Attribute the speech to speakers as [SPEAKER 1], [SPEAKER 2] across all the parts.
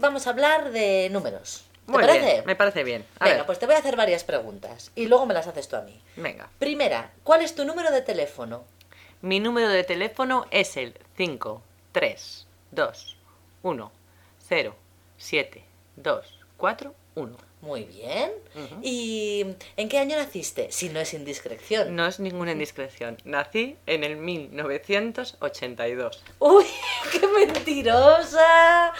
[SPEAKER 1] vamos a hablar de números. ¿Te
[SPEAKER 2] Muy
[SPEAKER 1] parece?
[SPEAKER 2] bien, me parece bien. A
[SPEAKER 1] Venga,
[SPEAKER 2] ver,
[SPEAKER 1] pues te voy a hacer varias preguntas y luego me las haces tú a mí.
[SPEAKER 2] venga.
[SPEAKER 1] Primera, ¿cuál es tu número de teléfono?
[SPEAKER 2] Mi número de teléfono es el 5, 3, 2, 1, 0, 7, 2, 4, 1.
[SPEAKER 1] Muy bien.
[SPEAKER 2] Ujú.
[SPEAKER 1] ¿Y en qué año naciste? Si no es indiscreción.
[SPEAKER 2] No es ninguna indiscreción. Nací en el 1982.
[SPEAKER 1] ¡Uy, qué mentirosa!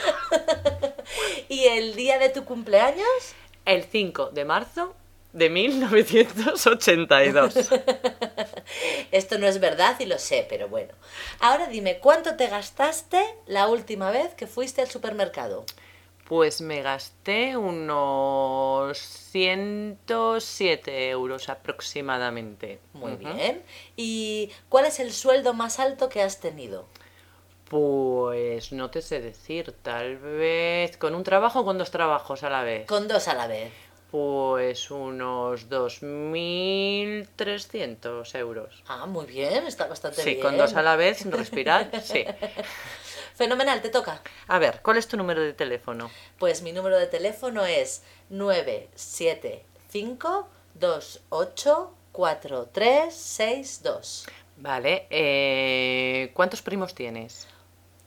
[SPEAKER 1] ¿Y el día de tu cumpleaños?
[SPEAKER 2] El 5 de marzo de 1982.
[SPEAKER 1] Esto no es verdad y lo sé, pero bueno. Ahora dime, ¿cuánto te gastaste la última vez que fuiste al supermercado?
[SPEAKER 2] Pues me gasté unos 107 euros aproximadamente.
[SPEAKER 1] Muy
[SPEAKER 2] Ujú.
[SPEAKER 1] bien. ¿Y cuál es el sueldo más alto que has tenido?
[SPEAKER 2] Pues no te sé decir, tal vez con un trabajo o con dos trabajos a la vez.
[SPEAKER 1] Con dos a la vez.
[SPEAKER 2] Pues unos 2.300 euros.
[SPEAKER 1] Ah, muy bien, está bastante
[SPEAKER 2] Sí,
[SPEAKER 1] bien.
[SPEAKER 2] con dos a la vez, sin respirar, sí.
[SPEAKER 1] Fenomenal, te toca.
[SPEAKER 2] A ver, ¿cuál es tu número de teléfono?
[SPEAKER 1] Pues mi número de teléfono es 975284362.
[SPEAKER 2] Vale, eh, ¿cuántos primos tienes?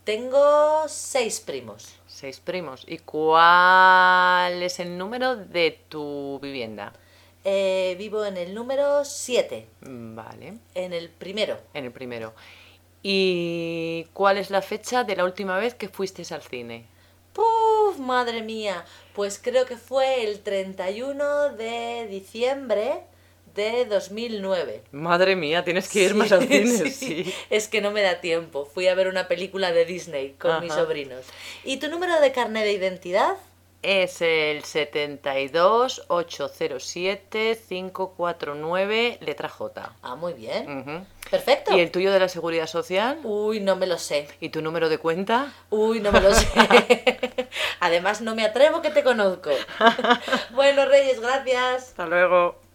[SPEAKER 1] Tengo seis primos.
[SPEAKER 2] Seis primos. ¿Y cuál es el número de tu vivienda?
[SPEAKER 1] Eh, vivo en el número 7,
[SPEAKER 2] Vale,
[SPEAKER 1] en el primero.
[SPEAKER 2] en el primero. ¿Y cuál es la fecha de la última vez que fuiste al cine?
[SPEAKER 1] ¡Puf! Madre mía. Pues creo que fue el 31 de diciembre de 2009.
[SPEAKER 2] Madre mía, tienes que ir
[SPEAKER 1] Sí,
[SPEAKER 2] más al cine,
[SPEAKER 1] sí.
[SPEAKER 2] sí.
[SPEAKER 1] Es que no me da tiempo. Fui a ver una película de Disney con mis
[SPEAKER 2] Ajá.
[SPEAKER 1] sobrinos. ¿Y tu número de carnet de identidad?
[SPEAKER 2] Es el 72 807 549 letra J.
[SPEAKER 1] Ah, muy bien.
[SPEAKER 2] Ujú.
[SPEAKER 1] Perfecto.
[SPEAKER 2] ¿Y el tuyo de la seguridad social?
[SPEAKER 1] Uy, no me lo sé.
[SPEAKER 2] ¿Y tu número de cuenta?
[SPEAKER 1] Uy, no me lo sé. Además, no me atrevo que te conozco. bueno, Reyes, gracias.
[SPEAKER 2] Hasta luego.